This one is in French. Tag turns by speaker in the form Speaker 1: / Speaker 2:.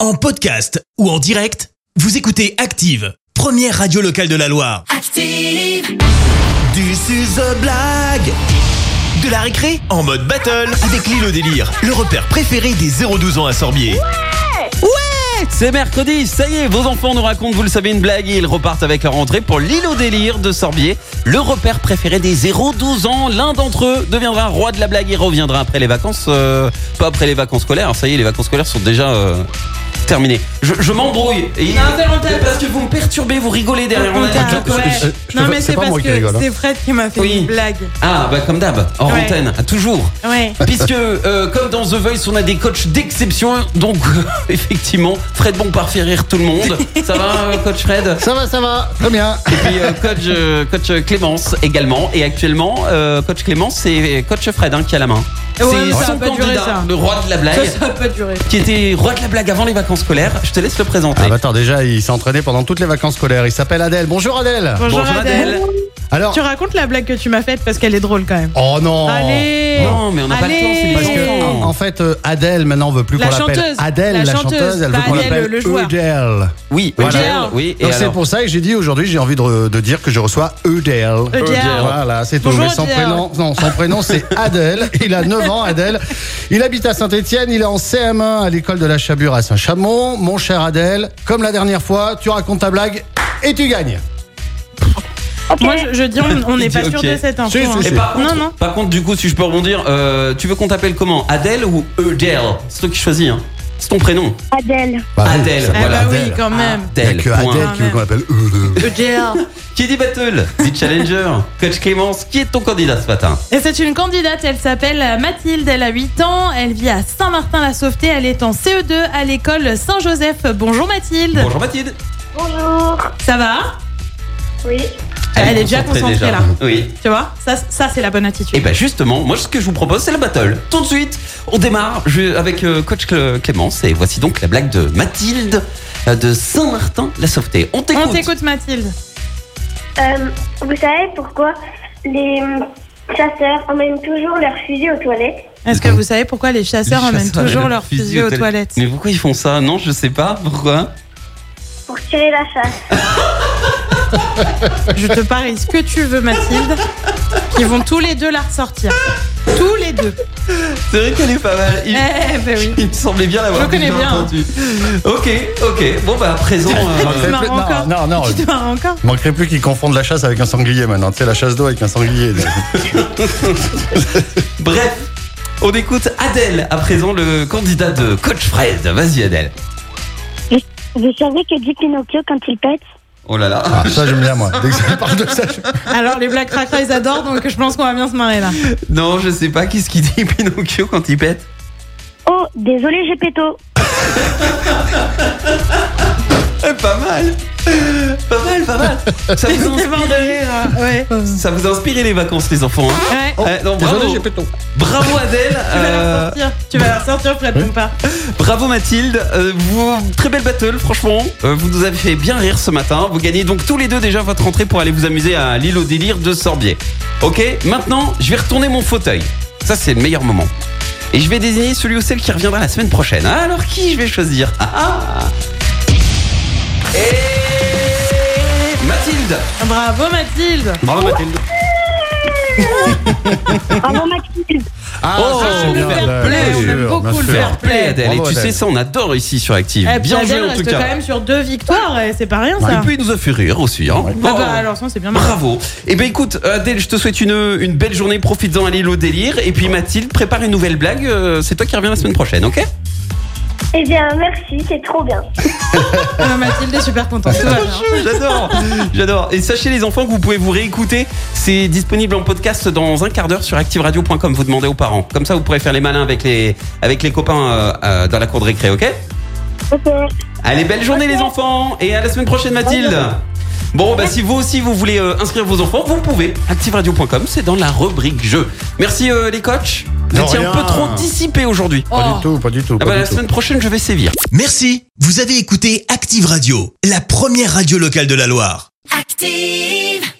Speaker 1: En podcast ou en direct, vous écoutez Active, première radio locale de la Loire.
Speaker 2: Active,
Speaker 1: Du suze blague De la récré en mode battle avec Lilo Délire, le repère préféré des 0-12 ans à Sorbier.
Speaker 3: C'est mercredi, ça y est, vos enfants nous racontent, vous le savez, une blague et ils repartent avec leur rentrée pour l'île au délire de Sorbier, le repère préféré des 0-12 ans. L'un d'entre eux deviendra roi de la blague et reviendra après les vacances, euh, pas après les vacances scolaires, ça y est, les vacances scolaires sont déjà euh, terminées. Je, je m'embrouille. Ah, Et- Parce que vous me perturbez, vous rigolez derrière.
Speaker 4: On
Speaker 3: mon
Speaker 4: t'a-
Speaker 3: ordinateur.
Speaker 4: Ah, ouais.
Speaker 5: je- je
Speaker 4: Non
Speaker 5: peux-
Speaker 4: mais
Speaker 5: c'est
Speaker 4: c'est
Speaker 5: pas
Speaker 4: parce
Speaker 5: moi qui
Speaker 4: que
Speaker 5: rigole, hein.
Speaker 4: c'est Fred qui m'a fait
Speaker 3: Oui.
Speaker 4: une blague.
Speaker 3: Ah, bah comme d'hab, hors
Speaker 4: Ouais.
Speaker 3: antenne, à toujours.
Speaker 4: Ouais.
Speaker 3: Puisque, euh, comme dans The Voice, on a des coachs d'exception. Donc, euh, effectivement, Fred Bompard fait rire tout le monde. Ça va, euh, coach Fred
Speaker 5: Ça va, ça va, très bien.
Speaker 3: Et puis, euh, coach, euh, coach Clémence également. Et actuellement, euh, coach Clémence, c'est coach Fred hein, qui a la main.
Speaker 4: Ouais,
Speaker 3: c'est
Speaker 4: mais ça
Speaker 3: son
Speaker 4: va pas
Speaker 3: candidat,
Speaker 4: durer, ça.
Speaker 3: le roi de la
Speaker 4: Ça,
Speaker 3: blague,
Speaker 4: ça va pas durer.
Speaker 3: qui était roi de la blague avant les vacances scolaires. Je te laisse le présenter.
Speaker 5: Ah bah attends, déjà, il s'est entraîné pendant toutes les vacances scolaires. Il s'appelle Adèle. Bonjour Adèle.
Speaker 4: Bonjour, Adèle.
Speaker 5: Alors,
Speaker 4: Tu racontes la blague que tu m'as faite parce qu'elle est drôle quand même.
Speaker 5: oh non.
Speaker 4: Allez
Speaker 3: Non, mais on n'a pas le
Speaker 4: Allez.
Speaker 3: temps, c'est les
Speaker 5: Parce que
Speaker 3: enfants.
Speaker 5: en en fait, euh, Adèle, maintenant, on veut plus
Speaker 4: La
Speaker 5: qu'on l'appelle
Speaker 4: chanteuse.
Speaker 5: Adèle, la,
Speaker 4: La
Speaker 5: chanteuse.
Speaker 4: chanteuse,
Speaker 5: Elle veut
Speaker 4: pas
Speaker 5: qu'on
Speaker 4: Adèle,
Speaker 5: l'appelle
Speaker 4: le joueur.
Speaker 5: Eudel.
Speaker 3: Oui,
Speaker 5: Voilà.
Speaker 3: Eugène, oui. Et
Speaker 5: Donc c'est
Speaker 3: alors
Speaker 5: pour ça que j'ai dit aujourd'hui, j'ai envie de, re- de dire que je reçois Eudel.
Speaker 4: Eudel.
Speaker 5: Voilà, c'est tout.
Speaker 4: Bonjour,
Speaker 5: Mais son
Speaker 4: Eudel.
Speaker 5: prénom, non, son prénom c'est Adèle. Il a 9 ans, Adèle. Il habite à Saint-Étienne. Il est en CM1 à l'école de la Chabure à Saint-Chamond. Mon cher Adèle, comme la dernière fois, tu racontes ta blague et tu gagnes.
Speaker 4: Moi je, je dis on- on n'est
Speaker 3: Il dit
Speaker 4: pas sûr
Speaker 3: ok.
Speaker 4: de cette info.
Speaker 5: Si, si,
Speaker 4: hein.
Speaker 5: si.
Speaker 3: Et par contre,
Speaker 4: Non, non.
Speaker 3: par contre, du coup, si je peux rebondir, euh, tu veux qu'on t'appelle comment Adèle ou Eudel C'est toi qui choisis, hein. C'est ton prénom.
Speaker 6: Adèle.
Speaker 5: Bah, oui,
Speaker 3: Adèle,
Speaker 4: Ah
Speaker 5: ça s'appelle
Speaker 3: voilà.
Speaker 4: bah oui
Speaker 5: Adèle.
Speaker 4: quand même.
Speaker 5: Il y a
Speaker 3: Adèle.
Speaker 5: que
Speaker 3: point.
Speaker 5: Adèle qui veut qu'on appelle Eudel.
Speaker 4: EGL.
Speaker 3: Qui dit battle Dit challenger. Coach Clémence, qui est ton candidat ce matin
Speaker 4: Et c'est une candidate, elle s'appelle Mathilde, elle a 8 ans, elle vit à Saint-Martin-la-Sauveté, elle est en CE2 à l'école Saint-Joseph. Bonjour Mathilde.
Speaker 3: Bonjour Mathilde.
Speaker 6: Bonjour.
Speaker 4: Ça va
Speaker 6: Oui.
Speaker 4: Elle est déjà concentrée, là.
Speaker 3: Oui.
Speaker 4: Tu vois Ça, ça c'est la bonne
Speaker 3: Et
Speaker 4: attitude.
Speaker 3: ben justement, moi ce que je vous propose c'est la battle. Tout de suite, on démarre je- avec euh, coach Clé- Clémence et voici donc la blague de Mathilde euh, de Saint-Martin la Sauveté. Eh ben, On
Speaker 4: on
Speaker 3: t'écoute.
Speaker 4: t'écoute Mathilde.
Speaker 6: Euh, vous savez pourquoi les chasseurs emmènent toujours leurs fusils aux toilettes
Speaker 4: Est-ce que vous savez pourquoi les chasseurs
Speaker 3: Les
Speaker 4: emmènent
Speaker 3: chasseurs
Speaker 4: toujours
Speaker 3: amènent
Speaker 4: leurs
Speaker 3: fusil
Speaker 4: fusils
Speaker 3: aux
Speaker 4: aux
Speaker 3: toilettes.
Speaker 4: toilettes
Speaker 3: Mais pourquoi ils font ça Non, je sais pas pourquoi.
Speaker 6: pour tirer la chasse
Speaker 4: Je te parie ce que tu veux, Mathilde. Ils vont tous les deux la ressortir. Tous les deux.
Speaker 3: C'est vrai qu'elle est pas mal.
Speaker 4: Eh
Speaker 3: Il,
Speaker 4: ben oui.
Speaker 3: il me semblait bien l'avoir
Speaker 4: Je connais
Speaker 3: déjà
Speaker 4: bien, hein.
Speaker 3: entendu. Ok, ok. Bon bah à présent euh,
Speaker 4: Tu marres
Speaker 5: Non,
Speaker 4: encore
Speaker 5: non, non.
Speaker 4: Tu te marres encore
Speaker 5: Il manquerait plus qu'ils confondent la chasse avec un sanglier maintenant. Tu sais, la chasse d'eau avec un sanglier.
Speaker 3: bref, on écoute Adèle à présent le candidat de coach Fred. Vas-y Adèle.
Speaker 6: Vous savez que dit Pinocchio quand il pète
Speaker 3: Oh là là.
Speaker 5: Ah, ça, j'aime bien, moi. Dès que ça parle de ça, je-
Speaker 4: Alors, les Black Cracra, ils adorent, donc je pense qu'on va bien se marrer là.
Speaker 3: Non, je sais pas qu'est-ce qu'il dit Pinocchio quand il pète.
Speaker 6: Oh, désolé, j'ai péto.
Speaker 3: Eh, Pas mal Pas mal, pas mal Ça vous,
Speaker 4: C'est mort de
Speaker 3: inspire,
Speaker 4: rire. hein. Ouais.
Speaker 3: ça vous a inspiré les vacances, les enfants. hein
Speaker 4: Ouais.
Speaker 3: Eh, non, bravo, bravo Adèle,
Speaker 4: Tu vas la
Speaker 3: euh,
Speaker 4: ressortir. Tu vas la ressortir, Fred Bompard.
Speaker 3: bravo Mathilde, euh, vous, très belle battle franchement, Euh, vous nous avez fait bien rire ce matin, vous gagnez donc tous les deux déjà votre entrée pour aller vous amuser à l'île au délire de Sorbier. Ok, maintenant je vais retourner mon fauteuil, ça c'est le meilleur moment. Et je vais désigner celui ou celle qui reviendra la semaine prochaine. Ah, Alors qui je vais choisir Ah, ah. Et Mathilde Oh.
Speaker 4: Bravo, Mathilde.
Speaker 3: Bravo Mathilde
Speaker 6: Bravo, Mathilde.
Speaker 5: Ah,
Speaker 3: Oh,
Speaker 5: ça, j'aime
Speaker 3: le
Speaker 5: bien,
Speaker 3: fair
Speaker 5: Adèle.
Speaker 3: play,
Speaker 5: Bien
Speaker 3: on aime
Speaker 5: sûr,
Speaker 4: beaucoup
Speaker 5: bien
Speaker 4: le
Speaker 5: sûr.
Speaker 4: fair play.
Speaker 3: Plaid, elle, et
Speaker 5: Bravo,
Speaker 3: tu sais
Speaker 5: Adèle.
Speaker 3: ça, on adore ici sur Active.
Speaker 4: Eh,
Speaker 3: bien
Speaker 4: puis
Speaker 3: joué
Speaker 4: Adèle
Speaker 3: en tout
Speaker 4: reste quand
Speaker 3: cas.
Speaker 4: même sur deux victoires, et c'est pas rien
Speaker 3: Et
Speaker 4: ça.
Speaker 3: puis il nous a fait rire aussi. Hein.
Speaker 5: Ouais.
Speaker 4: Ah bah, alors, sinon, c'est bien marrant.
Speaker 3: Bravo. Eh ben écoute, Adèle, je te souhaite une, une belle journée. Profites-en à l'île au délire. Et puis Mathilde, prépare une nouvelle blague. euh, C'est toi qui reviens la semaine prochaine, ok
Speaker 6: Eh bien, merci, c'est trop bien.
Speaker 4: Ah, Mathilde est super contente. Tout va bien.
Speaker 3: J'adore, j'adore. Et sachez les enfants que vous pouvez vous réécouter. C'est disponible en podcast dans un quart d'heure sur activeradio.com. Vous demandez aux parents. Comme ça, vous pourrez faire les malins avec les, avec les copains euh, euh, dans la cour de récré, ok
Speaker 6: Ok.
Speaker 3: Allez, belle journée les enfants et à la semaine prochaine Mathilde. Bon, bah si vous aussi vous voulez euh, inscrire vos enfants, vous pouvez. Activeradio.com, c'est dans la rubrique jeu. Merci euh, les coachs. Vous
Speaker 5: De
Speaker 3: étiez
Speaker 5: rien.
Speaker 3: un peu trop dissipés aujourd'hui.
Speaker 5: Pas du tout, pas du tout.
Speaker 3: Ah
Speaker 5: pas
Speaker 3: bah,
Speaker 5: du
Speaker 3: la
Speaker 5: tout.
Speaker 3: semaine prochaine, je vais sévir.
Speaker 1: Merci, vous avez écouté Active Radio, la première radio locale de la Loire.
Speaker 2: active.